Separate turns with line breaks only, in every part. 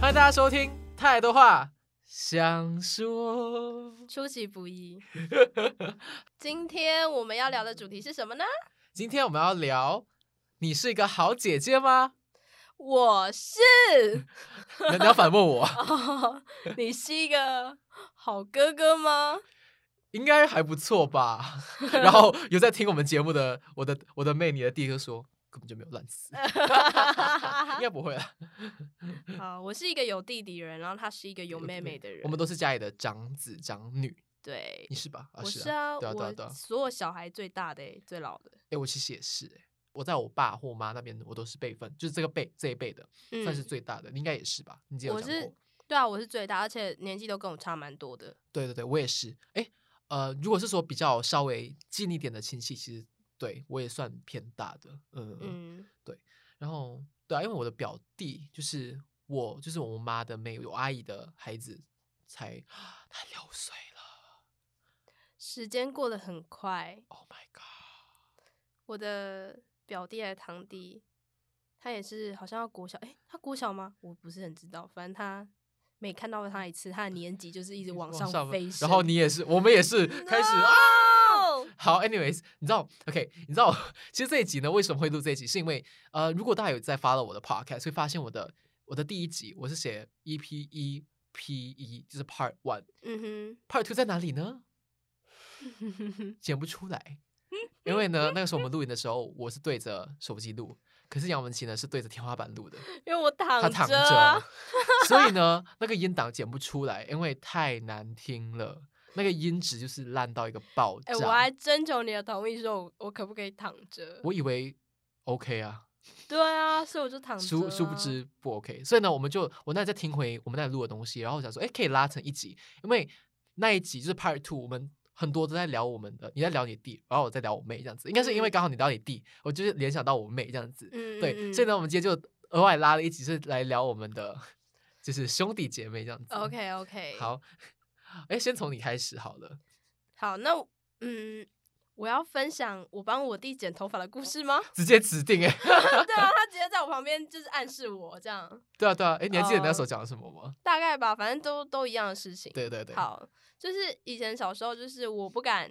欢迎大家收听《太多话想说》。
出其 不意。今天我们要聊的主题是什么呢？
今天我们要聊，你是一个好姐姐 吗？
我是，
你要反问我，
哦、 你是一个好哥 哥吗？
应该还不错 吧？然后有在听我们节目的我的我的妹，你的弟就说根本就没有烂 死，应该不会啦。
好，呃我是一个有弟弟人，然后他是一个有妹妹的人。
我们都是家里的长子长女，
对
你，是吧？啊
我
是
是
啊，
啊，
对啊对啊对
我
啊。
所有小孩最大的欸，最老的，
哎、我其实也是、欸，我在我爸或我妈那边，我都是辈分，就是这个辈这一辈的、算是
嗯，
最大的，你应该也是吧？你之前有
我
讲
是
过。
对啊，我是最大，而且年纪都跟我差蛮多的。
对对对，我也是。哎，呃，如果是说比较稍微近一点的亲戚，其实对我也算偏大的，嗯嗯。
嗯，
然后对啊，因为我的表弟就是我，就是我妈的妹，我阿姨的孩子，才啊他六岁了
时间过得很快，
，Oh my god！
我的表弟还是堂弟，他也是好像要国小，诶、他国小吗？我不是很知道，反正他每看到他一次，他的年级就是一直往上飞升。
然后你 也是，我们也是开始啊。
No！
好，anyways，你知道，OK，你知道，其实这一集呢，为什么会录这一集，是因为呃，如果大家有在 follow 我的 podcast，会发现我的我的第一集我是写 EP 一 P 一，就是 Part One，Part
嗯
Two 在哪里 呢？
哼，
剪不出 来，因为呢，那个时候我们录影的时候，我是对着手机录，可是杨文琪呢是对着天花板录的，
因为我躺
她躺
着
着
啊，，
所以呢，那个音档剪不出来，因为太难听了，那个音质就是烂到一个爆炸。
哎、我还征求你的同意说我，我可不可以躺着？
我以为 OK 啊，
对啊，所以我就躺着、
殊
啊。
殊不，知不 OK，所以呢，我们就我那再听回我们那里录的东西，然后我想说，哎，可以拉成一集，因为那一集就是 Part Two，我们很多都在聊我们的，你在聊你弟，然后我在聊我妹这样子，应该是因为
嗯
刚好你聊你弟，我就是联想到我妹这样子，
嗯，
对，
嗯
所以呢，我们今天就额外拉了一集是来聊我们的就是兄弟姐妹这样子。
，OK OK，，
好，哎，先从你开始好了，
好，那我嗯，我要分享我帮我弟剪头发的故事吗？
直接指定哎，
对啊，他直接在我旁边就是暗示我这样，
对啊对啊，哎，你还记得你那
呃
时候讲了什么吗？
大概吧，反正都都一样的事情。
对对对，，
好，就是以前小时候，就是我不敢，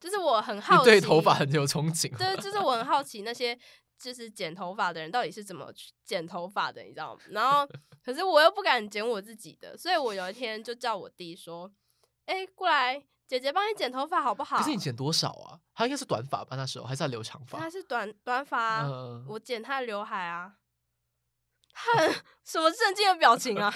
就是我很好
你
奇，
对头发，很有憧憬，哦
对，就是我很好奇那些就是剪头发的人到底是怎么去剪头发的，你知道吗？然后可是我又不敢剪我自己的，所以我有一天就叫我弟说：“哎、过来，姐姐帮你剪头发好不好？”
可是你剪多少啊？他应该是短发吧？那时候还是要留长发
他？是短短发啊、
嗯
我剪他的刘海啊。 他很什么震惊的表情啊！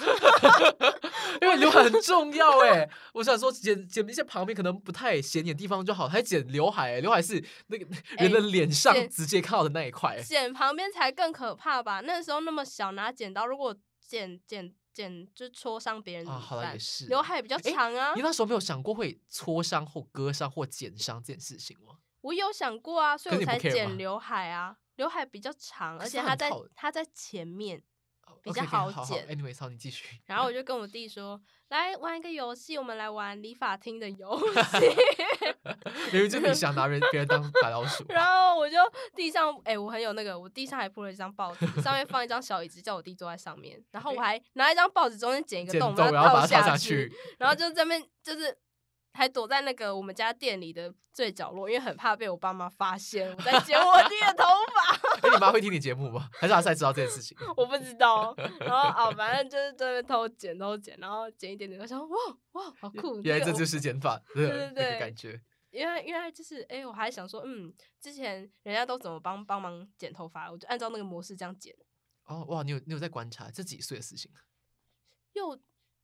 因为刘海很重要哎、我想说剪剪一些旁边可能不太显眼地方就好，还剪刘海、欸，刘海是那个人的脸上
哎剪
直接看到的那一块、欸
剪旁边才更可怕吧？那时候那么小，拿剪刀，如果剪剪剪就戳伤别人怎
啊。
么
好了，
办
也？是
刘、海比较
诶
长啊，
你那时候没有想过会挫伤或割伤或剪伤这件事情吗？
我有想过啊，所以
可是你
我才
不 care 吗
剪刘海啊。刘海比较长，
可
而
是
且
它
它
很
在
靠
它在前面。比
OK，
较
OK，
好
好
剪
Anyway，好，你继续。
然后我就跟我弟说：“来玩一个游戏，我们来玩理发厅的 游戏。
因为就你想拿人别人当白老鼠”
然后我就地上，哎、我很有那个，我地上还铺了一张报纸，上面放一张小椅子，叫我弟坐在上面。然后我还拿一张报纸中间剪一个
剪
洞，
动，然后把它套
下
下去。
然后就这边就是还躲在那个我们家店里的最角落，因为很怕被我爸妈发现 我在剪我弟的头发，
哎、你妈会听你节目吗？还是阿赛知道这件 事情？
我不知道。然后啊，反正就是在那边偷剪偷剪，然后剪一点点，我想哇哇好酷，
原来这就是是剪发
对
的
对
那个
对
感觉。
原来原来就是哎、我还想说嗯，之前人家都怎么帮帮忙剪头发，我就按照那个模式这样剪。
哦，哇，你有你有在观察这几岁的事情？
幼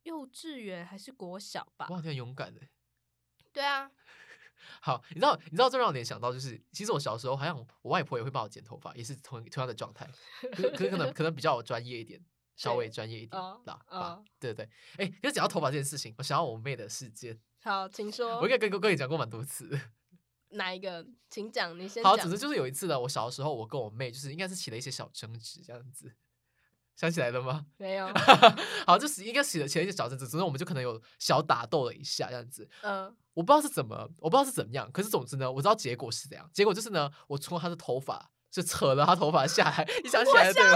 幼稚园还是国小吧？
哇，你很勇敢的。欸
对啊，
好，你知道，你知道这让我联想到，就是其实我小时候好像我外婆也会帮我剪头发，也是同同样的状态，可可可能可能比较专业一点，稍微
对
专业一点
哦
啦，吧
哦，
对对对。哎，可是讲到头发这件事情，我想到我妹的事件，
好，请说
我应该跟跟跟你讲过蛮多次的。
哪一个？请讲，你先
好，
讲。
总之就是有一次呢，我小时候我跟我妹就是应该是起了一些小争执，这样子，想起来了吗？
没有，
好，就是应该起了起了一些小争执，总之我们就可能有小打斗了一下这样子。
嗯、
我不知道是怎么，我不知道是怎么样，可是总之呢，我知道结果是怎样。结果就是呢，我冲他的头发，就扯了他头发下来。你想起来了对吧？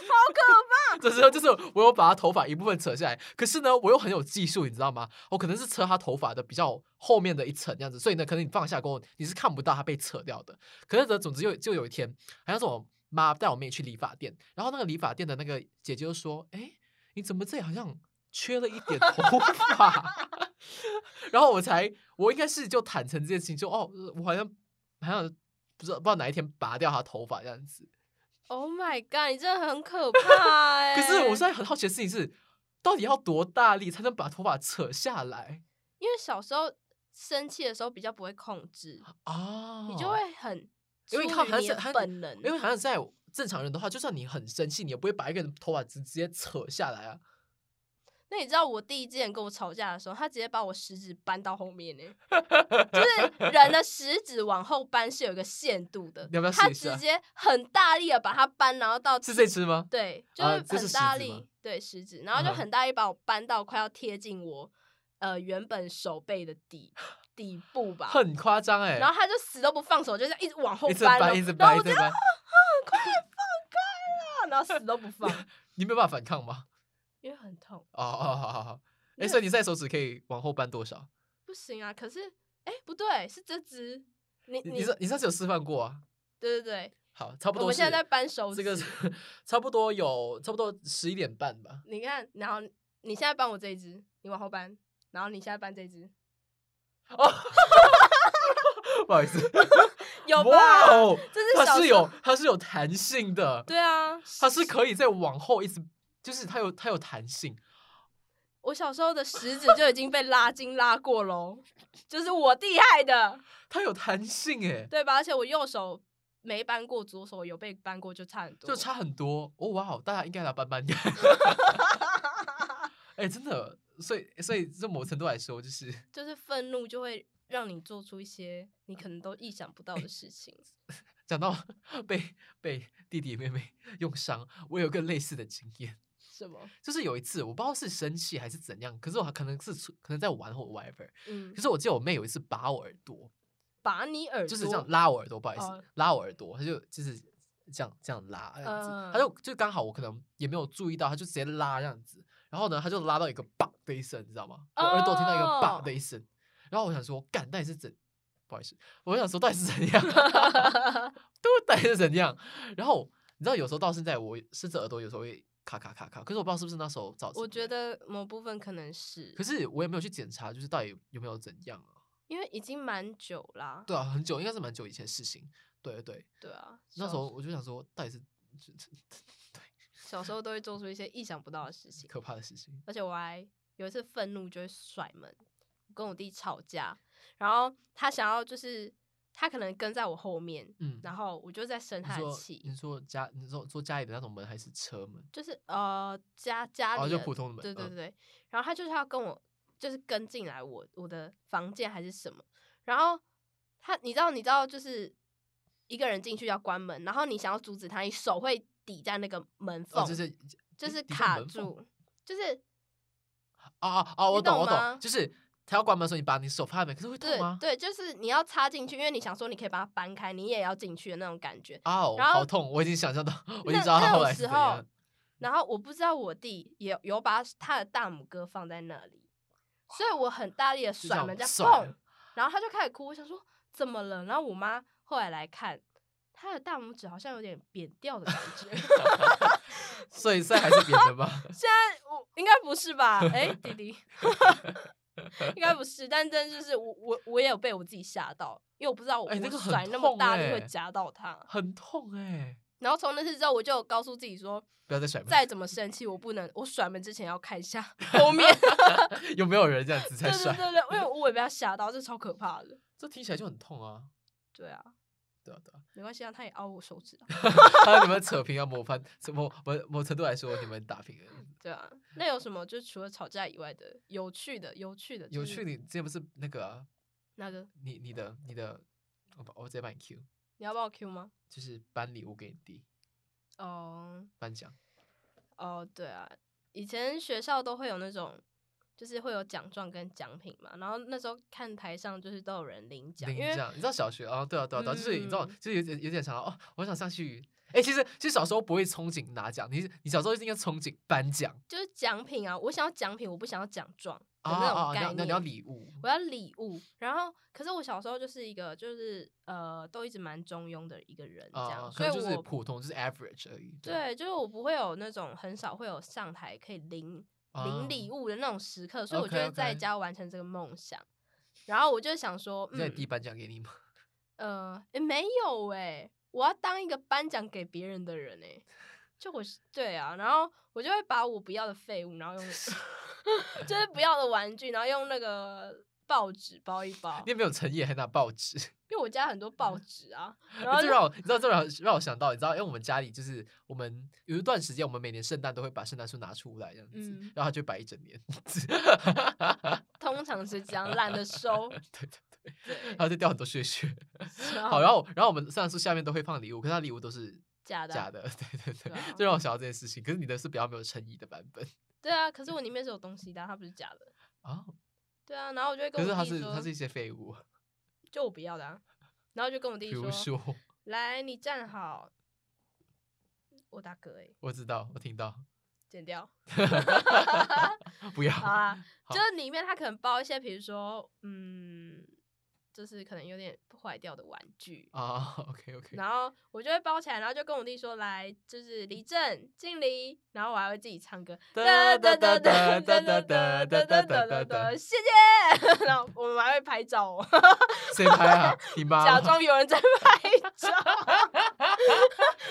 好可怕！
这时候就是我有把她头发一部分扯下来，可是呢，我又很有技术，你知道吗？我可能是扯她头发的比较后面的一层这样子，所以呢，可能你放下过后你是看不到她被扯掉的。可是呢，总之有就有一天，好像是我妈带我妹去理发店，然后那个理发店的那个姐姐就说：“哎，你怎么这里好像缺了一点头发？”然后我才我应该是就坦诚这件事情，就哦，我好像好像不知道不知道哪一天拔掉她头发这样子。
Oh my god！你真的很可怕哎、
可是我现在很好奇的事情是，到底要多大力才能把头发扯下来
因为小时候生气的时候比较不会控制，
啊？
你就会很
因为
出
他好
于
像
你
是
的
他
本能，
因为好像在正常人的话，就算你很生气，你也不会把一个人头发直直接扯下来啊。
那你知道我弟之前跟我吵架的时候，他直接把我食指搬到后面呢、欸 就是人的食指往后搬是有一个限度的，
你要不要
他
试一下
直接很大力的把它搬，然后到
是这只吗？
对，就
啊这是
很
食
大
指
力，
吗
对食指，然后就
嗯哼
很大力把我搬到快要贴近我呃原本手背的底底部吧，
很夸张哎、
啊然后他就死都不放手，就这样一直往后
一直
搬哦，
掰，一直
然后
掰，一
我就
直掰，
啊然后死都不 放，
你没有办法反抗吗？
因为很痛，
哦哦，好好好好。哎、
那
所以你现在手指可以往后扳多少？
不行啊。可是哎，不对，是这只，你
你你上你上次有示范过啊？
对对对，
好，差不
我
多
们
是。
现在在扳手指，
这个是 差不多有差不多十一点半吧。
你看，然后你现在搬我这一只，你往后搬，然后你现在搬这一只，
不好意 思，
有
哇
吧？
哦，
这是
它
小
是
时候
有它是有弹性的，
对啊，
它是可以再往后一直，就是它有它有弹性。
我小时候的食指就已经被拉筋拉过喽，就是我弟害的，
它有弹性哎，
对吧？而且我右手没搬过，左手有被搬过，就差很多，
就差很多哦！哇哦，大家应 该来搬搬看。哎、真的，所以所以这某程度来说，就是
就是愤怒就会让你做出一些你可能都意想不到的事情。
讲到 被被弟弟妹妹用伤，我有个类似的经验，
什么？
就是有一次我不知道是生气还是怎样，可是我可能是可能在玩或 whatever，
嗯
可，是我记得我妹有一次拔我耳朵，
拔你耳朵，
就是这样拉我耳朵，不好意思，
哦
拉我耳朵，他就就是这样这样拉，这样子，他
嗯
就就刚好我可能也没有注意到，他就直接拉这样子，然后呢，他就拉到一个“吧”的一声，你知道吗？我耳朵听到一个“吧”
哦
的一声，然后我想说，干，到底是怎？不好意思，我想说到底是怎样， 都到底是怎样？然后你知道，有时候到现在我甚至耳朵有时候会咔咔咔咔，可是我不知道是不是那时候造成的。
我觉得某部分可能是，
可是我也没有去检查，就是到底有没有怎样啊？
因为已经蛮久啦。
对啊，很久，应该是蛮久以前的事情。对对对，
对啊，
那
小
时候我就想说，到底是这这对
小时候都会做出一些意想不到的事情，
可怕的事情，
而且我还有一次愤怒就会甩门，我跟我弟吵架，然后他想要就是他可能跟在我后面，
嗯，
然后我就在生
你
他的
说
气
你，说家，你说做家里的那种门还是车门？
就是呃家家
哦，
里
就
的
普通的门，
对对
嗯，
对，然后他就是要跟我就是跟进来我我的房间还是什么，然后他你知道你知道就是一个人进去要关门，然后你想要阻止他，你手会抵在那个门缝，
哦，就是
就是
底下
卡
门缝
住，就是
哦哦哦，我
你懂
懂我
吗
懂，就是他要关门的时候，你把你手放在门，可是会痛
对
吗？
对，就是你要插进去，因为你想说你可以把它搬开，你也要进去的那种感觉。
哦，
然后
好痛，我已经想 象到，我已经
那
知道他
那
后来
种
是
时
怎样
候。，然后我不知道我弟也有把他的大拇哥放在那里，所以我很大力的
就
甩
样
门，这样
甩
砰，然后他就开始哭。我想说怎么了？然后我妈后来来看，他的大拇指好像有点扁掉的感 觉。
所以现在还是别的 吧。
现在我应该不是吧？哎、弟弟，应该不是。但真的就是我我我也有被我自己吓到，因为我不知道我、
哎那
我
个很
甩那么大力
痛
会
哎
夹到他。
很痛哎、
然后从那次之后，我就有告诉自己说，
不要再甩门，
再怎么生气，我不能，我甩门之前要看一下后面。
有没有人这样 子才
对对
甩？
对对，因为我也被他吓到，这超可怕的。
这听起来就很痛啊！
对啊，
对啊对 啊，
没关系啊，他也凹我手指啊。
还有你们扯平啊，某番某某某程度来说，你们打平了。
对啊，那有什么？就除了吵架以外的有趣的、有趣的、
有趣，你之前不是那个啊、
那个？
你你的你的，我把我直接帮你 Q，
你要帮我 Q 吗？
就是颁礼物给你弟，
哦、
颁奖。
哦，对啊，以前学校都会有那种，就是会有奖状跟奖品嘛。然后那时候看台上就是都有人领奖，
领
因为
奖，你知道小学啊、哦？对啊，对啊，对啊，就是你知道，
嗯
就是有点有点想到哦，我想上去哎，其实其实小时候不会憧憬拿奖，你你小时候应该憧憬颁奖
就是奖品啊，我想要奖品，我不想要奖状的
啊
那
啊，
种
啊
概
你要
念。
你要礼物
我要礼物。然后，可是我小时候就是一个就是呃，都一直蛮中庸的一个人，这样，
啊，可
所以
能
我
就是普通，就是 average 而已。
对，就是我不会有那种很少会有上台可以领
啊
领礼
物，
物的那种时刻，所以我就
哦 OK，
会在
OK
家完成这个梦想。然后我就想说，
你在
嗯
递，颁奖给你吗？
呃，诶没有诶，我要当一个颁奖给别人的人诶，就我是对啊，然后我就会把我不要的废物，然后用就是不要的玩具，然后用那个报纸包一包
你，也没有成也还拿报纸，
因为我家很多报纸啊，然
嗯哎
后
这
就
让我你知道这让我让我想到，你知道，因为我们家里就是我们有一段时间，我们每年圣诞都会把圣诞树拿出来这样子，
嗯
然后它就摆一整年，
通常是这样懒得收，
对对
对
对，然后就掉很多血血。
然
好，
后
然后然后我们圣诞树下面都会放礼物，可是它礼物都是
假的啊
假的，对对
对啊
对，就让我想到这件事情。可是你的是比较没有诚意的版本
对啊，可是我里面是有东西的啊，它不是假的。
啊，
对啊，然后我就会
可
跟
是
我
它
弟
是它
说
是，一些废物，
就我不要的啊。然后就跟我弟
比如说，
来，你站好。我大哥哎、欸，
我知道，我听到，
剪掉。
不要，
好 啦，
好
就是里面它可能包一些，比如说，嗯，就是可能有点坏掉的玩具。
啊，OK OK，
然后我就会包起来，然后就跟我弟说：“来，就是立正、敬礼。”然后我还会自己唱歌，哒哒哒哒哒哒哒哒哒哒哒，谢 谢。然后我们还会拍照哦，
谁拍啊？你妈
假
吗
装有人在拍 照。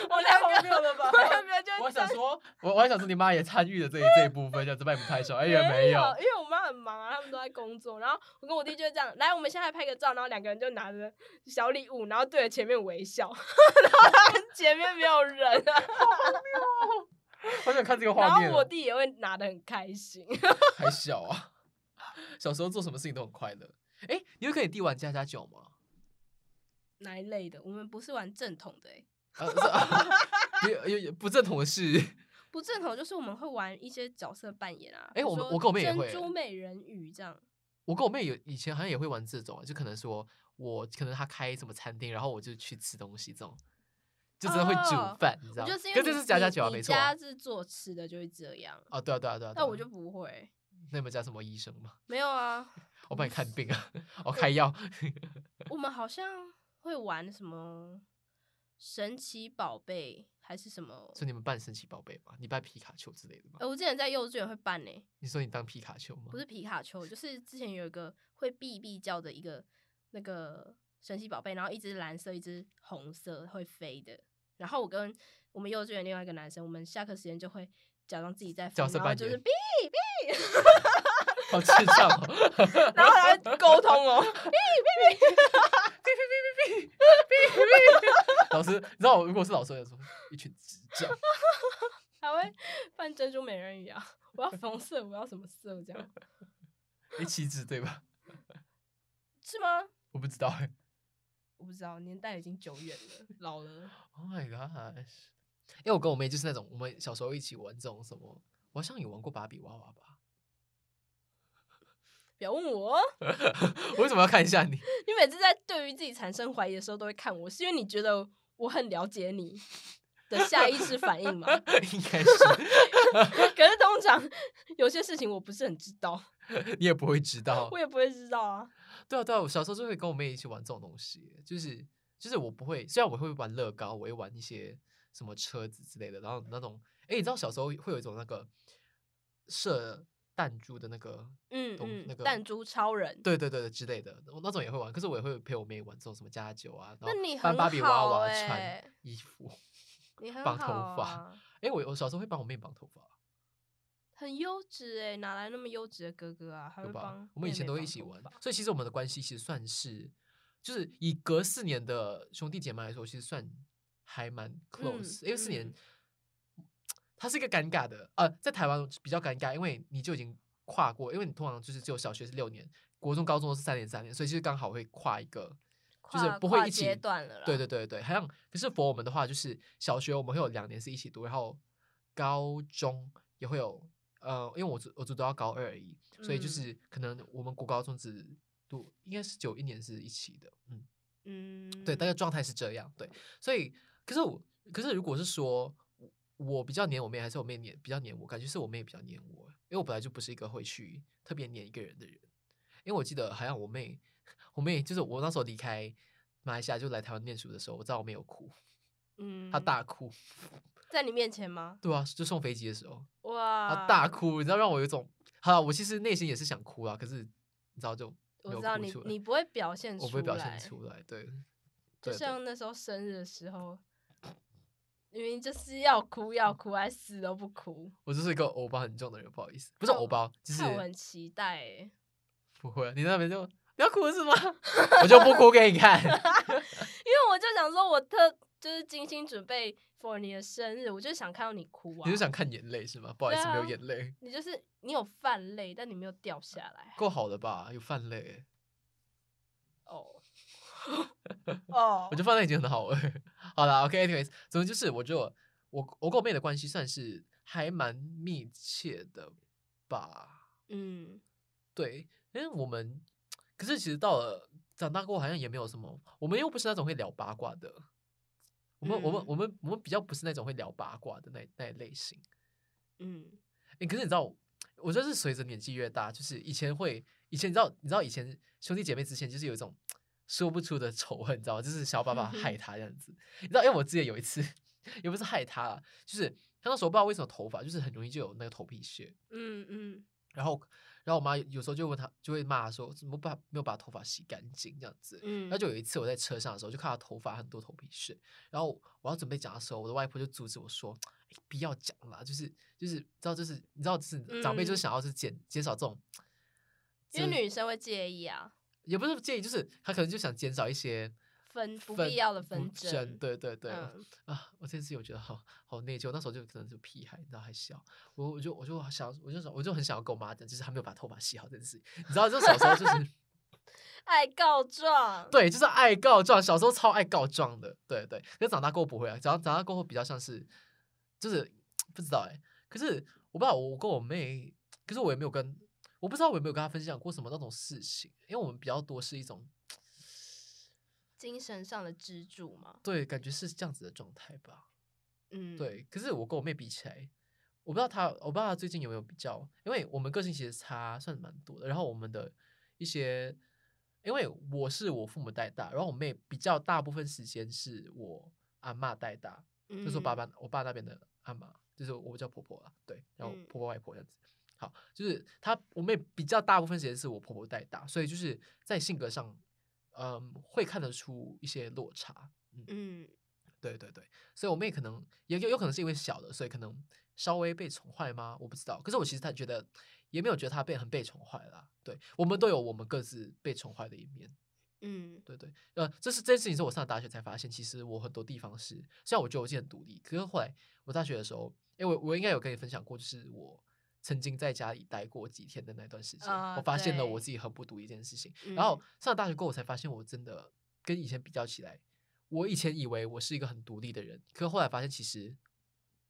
我两个，
了吧
我两个 就
我还
是在
想说，我我还想说，你妈也参与了这一这一部分，这样子帮你们拍照。哎呀，
没
没有，
因为我妈很忙啊，他们都在工作。然后我跟我弟就会这样，来，我们现在拍个照，然后两个人就拿着小礼物，然后对着前面微 笑，然后前面没有人啊。
好想看这个
然
画面
后我
哦。
弟也会拿的很开心。
还小啊， 小时候做什么事情都很快乐。哎，你会跟你弟玩家家酒吗？
哪一类的？我们不是玩正统的、欸，
啊，是啊 有有有不正统的事。
不正统就是我们会玩一些角色扮演啊。
欸
比如
我们
说
我跟我妹也会
珍珠美人鱼这样。
我跟我妹有以前好像也会玩这种，就可能说我可能她开什么餐厅，然后我就去吃东西这种，就真的会煮
哦
饭，你知
我
道吗？
就是因为
可这
你
是家家
你
酒啊，
你
没错啊。
家是做吃的就会这样，
啊，对啊，对啊，对啊。对
但我
啊
就不会。
那你们家什么医生吗？
没有啊，
我帮你看病啊， 我开药。
我们好像会玩什么神奇宝贝还是什么？
所以你们扮神奇宝贝吗？你扮皮卡丘之类的吗？
呃，我之前在幼稚园会扮呢、
你说你当皮卡丘吗
不？是皮卡丘，就是之前有一个会哔哔叫的一个那个神奇宝贝，然后一只蓝色，一只红色会飞的。然后我跟我们幼稚园另外一个男生，我们下课时间就会假装自己在
角
疯
色
然后
扮
就是
演
哔哔，
好智障哦！
然后还会沟通哦。
老师，你知道我如果是老师，我就说一群智障。
还会扮珍珠美人鱼啊！我要红色，我要什么色这样？
你棋子对吧？
是吗？
我不知道哎。
我不知道，年代已经久远了，老了。
Oh my gosh！因为我跟我妹就是那种，我们小时候一起玩这种什么，我好像有玩过芭比娃娃吧？
不要问我 哦，
我为什么要看一下你？
你每次在对于自己产生怀疑的时候，都会看我，是因为你觉得我很了解 你的下意识反应吗？
应该是
可是通常有些事情我不是很知道，
你也不会知道
我。也不会知道啊。
对啊，对啊，我小时候就会跟我妹一起玩这种东西，就是就是我不会，虽然我会玩乐高，我会玩一些什么车子之类的，然后那种，哎，你知道小时候会有一种那个射弹珠的那个，
嗯
懂
嗯，
那个
弹珠超人，
对对对对之类的，我那种也会玩，可是我也会陪我妹玩这种什么家家酒啊，然
那你
后扮
很
芭比娃
好
娃、
欸
穿衣服。
你很好、
绑
啊、
头发哎、我我小时候会帮我妹绑头发，
很优质哎，哪来那么优质的哥哥啊？还
对
会帮
吧？我们以
妹
前
妹
都会
绑
一起
头
玩
发，
所以其实我们的关系其实算是，就是以隔四年的兄弟姐妹来说，其实算还蛮
嗯
close，、因为四年，它是一个尴尬的，呃，在台湾比较尴尬，因为你就已经跨过，因为你通常就是只有小学是六年，国中、高中都是三年、三年，所以就是刚好会跨一个。就是
跨
不会
跨
一起
阶段了啦。
对对对对，好像可是佛我们的话，就是小学我们会有两年是一起读，然后高中也会有，呃，因为我只我只读到高二而已，所以就
嗯
是可能我们国高中只读应该是只有一年是一起的，嗯，
嗯，
对，大概状态是这样，对，所以可是我可是如果是说我我比较黏我妹，还是我妹黏比较黏我，感觉是我妹比较黏我，因为我本来就不是一个会去特别黏一个人的人。因为我记得好像我妹，我妹就是我那时候离开马来西亚就来台湾念书的时候，我知道我妹有哭，
嗯，
她大哭，
在你面前吗？
对啊，就送飞机的时候，
哇，
她大哭，你知道让我有一种，好啦，我其实内心也是想哭啦，可是你知道就没
我
有
知道
哭
你
出来，
你不会表现出来，
我不会表现出来，对，
就
对对
像那时候生日的时候，明明就是要哭要哭，还死都不哭，
我就是一个偶包很重的人，不好意思，不是
看
偶
我
包，就是
看我很期待欸
不会，啊你那边就你要哭是吗？我就不哭给你 看。
因为我就想说，我特就是精心准备 for 你的生日，我就想看到你哭啊，
你就想看眼泪是吗？不好意思，
对啊
没有眼泪，
你就是你有泛泪，但你没有掉下来，
够好了吧？有泛泪，欸
哦哦，
我觉得泛泪已经很好了。 好啦 o k a n y w a y s 总之就是，我觉得我我我跟我妹的关系算是还蛮密切的吧。
嗯
对，因为我们可是其实到了长大过后，好像也没有什么，我们又不是那种会聊八卦的。我们、我们
嗯
我们我们比较不是那种会聊八卦的那那一类型。
嗯
欸，可是你知道，我觉得是随着年纪越大，就是以前会，以前你知道，你知道以前兄弟姐妹之间就是有一种说不出的仇恨，你知道吗？就是小爸爸害他这样子。你知道，因为我之前有一次，也不是害他啦，就是他那时候不知道为什么头发就是很容易就有那个头皮屑，
嗯嗯，
然后然后我妈有时候就问他，就会骂他说怎么把没有把头发洗干净这样子。
嗯
然后就有一次我在车上的时候，就看到头发很多头皮屑，然后我要准备讲的时候，我的外婆就阻止我说：“哎，不要讲啦，就是就是，知道就是你知道，就是长辈就是
嗯
想要是减减少这种，
因
就
为
是
女生会介意啊，
也不是建议，就是他可能就想减少一些
分不
纷
必要的
不
纷
争。
争，
对对对，
嗯
啊，我这件事情我觉得好好内疚，那时候就可能是屁孩，你知道还小，我我就我就想我就想我就很想要跟我妈讲，就是还没有把头发洗好这件事，你知道，就小时候就是
爱告状，
对，就是爱告状，小时候超爱告状的，对对。可是长大过后不会啊，长长大过后比较像是，就是不知道哎、可是我不知道，我跟我妹，可是我也没有跟，我不知道我有没有跟她分享过什么那种事情，因为我们比较多是一种
精神上的支柱嘛，
对，感觉是这样子的状态吧。
嗯，，
对，可是我跟我妹比起来，我不知道她，我不知道她最近有没有比较，因为我们个性其实差算蛮多的。然后我们的一些，因为我是我父母带大，然后我妹比较大部分时间是我阿嬷带大，就是
嗯
我爸爸我爸那边的阿嬷，就是我叫婆婆啦，对，然后
嗯
婆婆外婆这样子。好，就是她我妹比较大部分时间是我婆婆带大，所以就是在性格上，嗯，会看得出一些落差。嗯，
嗯，
对对对，所以我妹可能也有有可能是因为小的，所以可能稍微被宠坏吗？我不知道。可是我其实她觉得也没有觉得她被很被宠坏啦。对我们都有我们各自被宠坏的一面。
嗯
对对，呃，这是这件事情是我上大学才发现，其实我很多地方是，虽然我觉得我自己很独立，可是后来我大学的时候，因为我我应该有跟你分享过，就是我曾经在家里待过几天的那段时间，
啊
我发现了我
对
自己很不独立这件事情。然
嗯
后上了大学过后，我才发现我真的跟以前比较起来，我以前以为我是一个很独立的人，可后来发现其实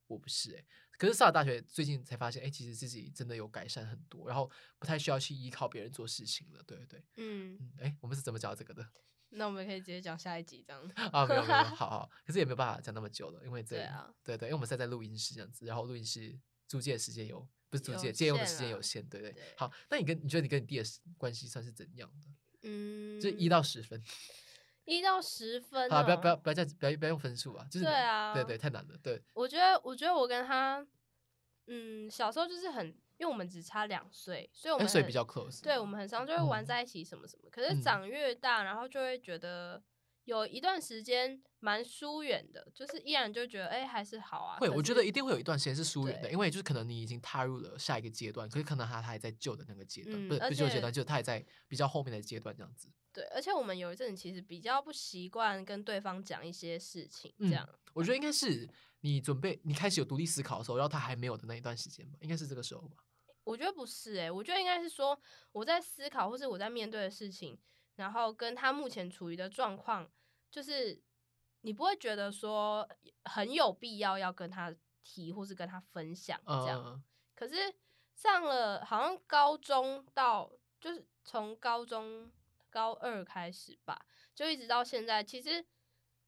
我不是诶、欸可是上了大学最近才发现，哎、其实自己真的有改善很多，然后不太需要去依靠别人做事情了。对对对，
嗯，
嗯，哎、我们是怎么讲到这个的？
那我们可以直接讲下一集这样。
啊，没有没有，好好，可是也没有办法讲那么久了，因为这
对啊，
对对，因为我们现在在录音室这样子，然后录音室租借的时间有不是租
有
借借用的
限
时间有
啦
限，对对。
对
好，那你跟你觉得你跟你弟的关系算是怎样的？
嗯，
就是一到十分。
一到十分、哦。
啊，不要不要，不要这样子，不要不要用分数啊，就是
对
你
啊
对对，太难了，对，
我觉得我觉得我跟他，嗯，小时候就是很，因为我们只差两岁，所以我
哎，
们
所以
很
比较 close，
对，我们很常就会玩
嗯
在一起什么什么。可是
嗯
长越大，然后就会觉得有一段时间蛮疏远的，就是依然就觉得哎、还是好啊。
会，
可
我觉
是
得一定会有一段时间是疏远的，
对
因为就是可能你已经踏入了下一个阶段，可是可能他他还在旧的那个阶段，不
嗯
是不
而
是旧的阶
且
段，就是他还在比较后面的阶段这样子。
对，而且我们有一阵其实比较不习惯跟对方讲一些事情，这
嗯
样。
我觉得应该是你准备你开始有独立思考的时候，然后他还没有的那一段时间吧，应该是这个时候吧。
我觉得不是诶、我觉得应该是说我在思考或是我在面对的事情，然后跟他目前处于的状况，就是你不会觉得说很有必要要跟他提或是跟他分享这样。
嗯，
可是上了好像高中到就是从高中高二开始吧，就一直到现在，其实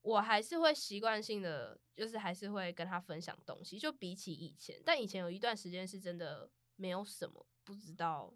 我还是会习惯性的，就是还是会跟他分享东西，就比起以前，但以前有一段时间是真的没有什么，不知道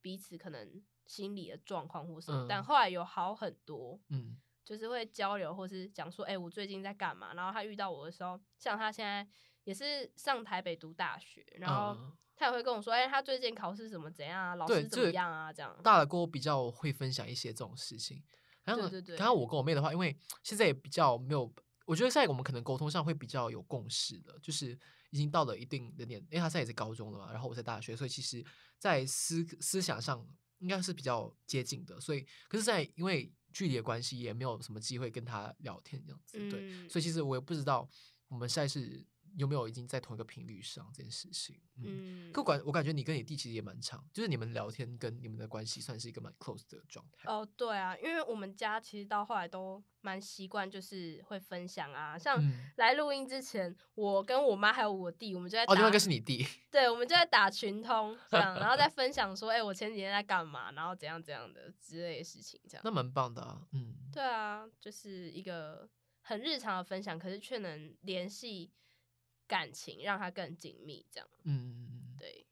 彼此可能心理的状况或什么，
嗯
但后来有好很多，
嗯，
就是会交流，或是讲说，哎、我最近在干嘛？然后他遇到我的时候，像他现在也是上台北读大学，然后
嗯
他也会跟我说，哎、他最近考试怎么怎样啊，老
对，
师怎么
就
样啊，这样。
大了过后比较会分享一些这种事情。然后
对对对
刚刚我跟我妹的话，因为现在也比较没有，我觉得现在我们可能沟通上会比较有共识的，就是已经到了一定的年，因为她现在也是高中了嘛，然后我在大学，所以其实，在思思想上应该是比较接近的。所以，可是，在因为距离的关系，也没有什么机会跟她聊天这样子，对。
嗯
所以，其实我也不知道我们现在是有没有已经在同一个频率上这件事情。嗯
嗯，
可我感我感觉你跟你弟其实也蛮长，就是你们聊天跟你们的关系算是一个蛮 close 的状态。
哦，对啊，因为我们家其实到后来都蛮习惯，就是会分享啊。像
嗯，
来录音之前，我跟我妈还有我弟，我们就在打，
哦，另外一个是你弟，
对，我们就在打群通这样，然后 再分享说，哎、我前几天在干嘛，然后怎样怎样的之类的事情，这样。
那蛮棒的啊。嗯，
对啊，就是一个很日常的分享，可是却能联系感情，让它更紧密，这样
嗯，
对。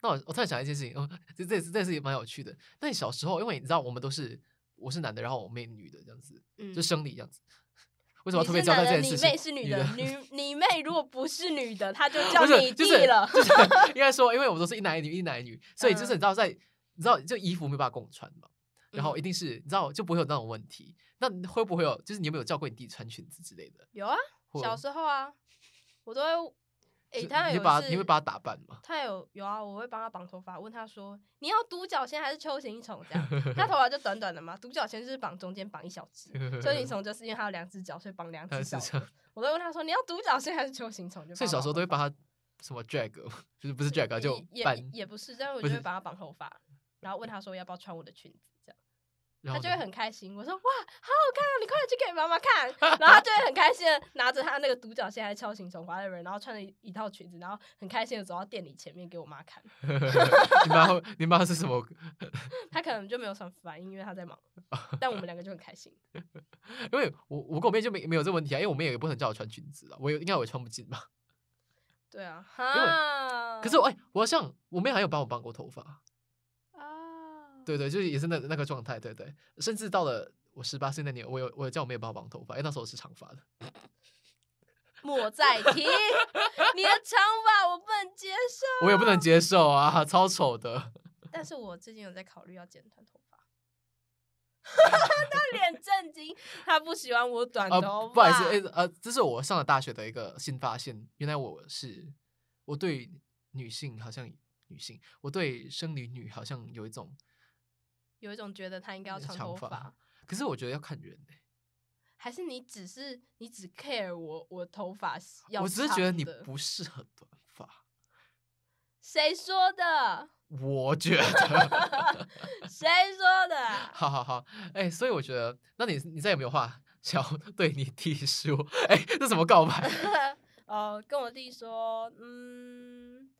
那我我突然想到一件事情，哦，这这这是也蛮有趣的。那你小时候，因为你知道我们都是我是男的，然后我妹女的这样子，
嗯
就生理这样子。 为什么要
你
特别
是
交代
男
这件
的，你
事情？
妹是女的，女你妹如果不是女的，她就叫
不是
你
就
弟
是
了。
就是应该说，因为我们都是一男一女，一男一女，所以就是你知道在，你知道就衣服没有办法共穿嘛，然后
嗯
一定是你知道就不会有那种问题。那你会不会有？就是你有没有叫过你弟穿裙子之类的？
有啊，
或
小时候啊，我都会，诶、
就
他
你
有
会把
一
他你会
次
把他打扮吗？
他有有啊，我会帮他绑头发，问他说你要独角仙还是球形虫这样。 他头发就短短的嘛，独角仙就是绑中间绑一小 只，球形虫就是因为它有两只脚，所以绑两
他
只
是
脚。
这样，
我都问他说你要独角仙还是球形虫，就
所以小时候都会把他什么 drag，就是 不是 drag 啊就
也
扮
也，也不是，但是我
不
就是会把他绑头发，然后问他说要不要穿我的裙子这样。
然
他
后
就
呢
会很开心。我说哇，好好看啊！你快点去给妈妈看。然后他就会很开心的拿着他那个独角仙还是敲形虫滑的人，然后穿着一一套裙子，然后很开心的走到店里前面给我妈看。
你妈会你妈是什么？
他可能就没有什么反应，因为他 在忙。但我们两个就很开心。
因为我我跟我妹就没没有这个问题啊，因为我妹也不能叫我穿裙子啊，我有应该我也穿不进吧。
对啊，哈。
可是我哎、我好像我妹还有帮我绑过头发，
啊，
对对，就是也是那那个状态，对对，甚至到了我十八岁那年，我有我有叫我妹帮我绑头发，因为那时候我是长发的，
莫再提你的长发，我不能接受。
我也不能接受啊， 超丑的。
但是我最近有在考虑要剪短头发。 他脸震惊，他不喜欢我短
啊，
头发、
不好意思，诶呃，这是我上了大学的一个新发现，原来我是我对女性好像女性，我对生理女好像有一种
有一种觉得他应该要长头
长
发，，
可是我觉得要看人、欸
还是你只是你只 care 我我头发是要
我只是觉得
长
你
的
不适合短发，
谁说的？
我觉得，
谁说的 啊？
好好好，哎、所以我觉得，那你你再也没有话想要对你弟说，哎、这怎么告白？
哦，跟我弟说，嗯，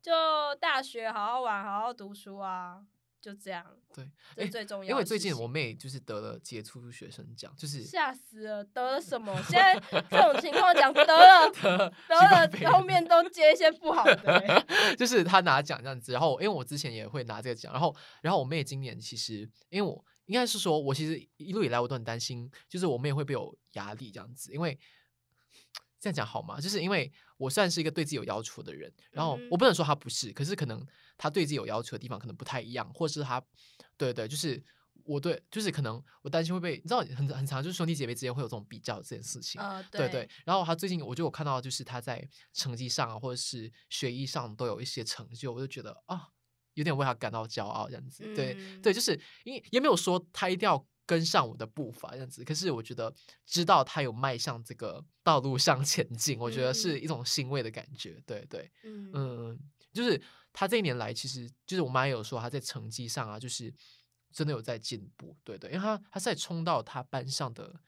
就大学好好玩，好好读书啊，就这样。
对，
这
诶
最重要的事情。
因为最近我妹就是得了杰出学生奖，就是
吓死了，得了什么？现在这种情况讲得 了
得了
得
西瓜
了
飞，
后面都接一些不好的 欸、
就是他拿奖这样子，然后因为我之前也会拿这个奖，然后然后我妹今年其实因为我应该是说，我其实一路以来我都很担心，就是我妹会不会有压力这样子，因为这样讲好吗？就是因为我算是一个对自己有要求的人，然后
嗯
我不能说她不是，可是可能她对自己有要求的地方可能不太一样，或是她对对，就是。我对，就是可能我担心会被，你知道很很常就是兄弟姐妹之间会有这种比较这件事情，
呃，
对对，然后他最近，我就有看到，就是他在成绩上啊，或者是学艺上都有一些成就，我就觉得啊，有点为他感到骄傲这样子。对
嗯
对，就是因为也没有说他一定要跟上我的步伐这样子，可是我觉得知道他有迈向这个道路上前进，我觉得是一种欣慰的感觉。对对，
嗯
嗯，就是他这一年来，其实就是我妈也有说，他在成绩上啊，就是真的有在进步，对对，因为他他是在冲到他班上的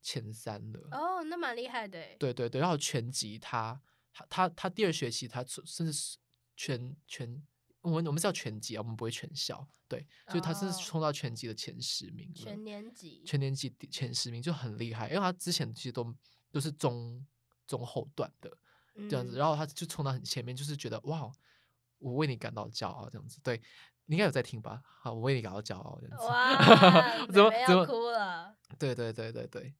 前三了，
哦，那蛮厉害的欸。
对对对，然后全级他他他他第二学期他甚至是全全我们我们是叫全级啊，我们不会全校，对，所以他是
哦
冲到全级的前十名了，
全年级，
全年级第前十名就很厉害，因为他之前其实都都是中中后段的这样子，
嗯
然后他就冲到很前面，就是觉得哇，我为你感到骄傲这样子，对，你应该有在听吧？好，我为你感到骄傲这样子，，
哇
怎么
妹妹
怎
要
么
哭了？
对对对对对，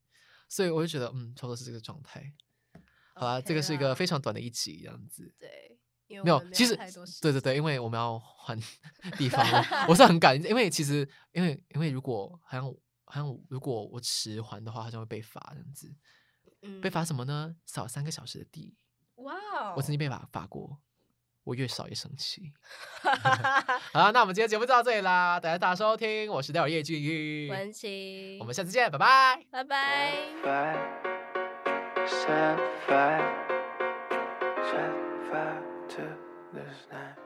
所以我就觉得嗯，差不多是这个状态。好啦
OK
这个是一个
啦
非常短的一集这样子。
对，因为
没
我
有
们，
其实
太多时
对对对，因为我们要换 地方了，我是 很感，因为其实因为因为如果好像好像如果我迟还的话，好像会被罚这样子。
间
被
嗯
罚什么呢？扫三个小时的地。
哇哦，
我曾经被罚罚过，我越扫越生气。 好 啦，那我们今天节目就到这里啦，感谢大家收听，我是戴尔叶俊玉，
文琪，
我们下次见，拜拜。
拜拜。
five, set five, set five to this night.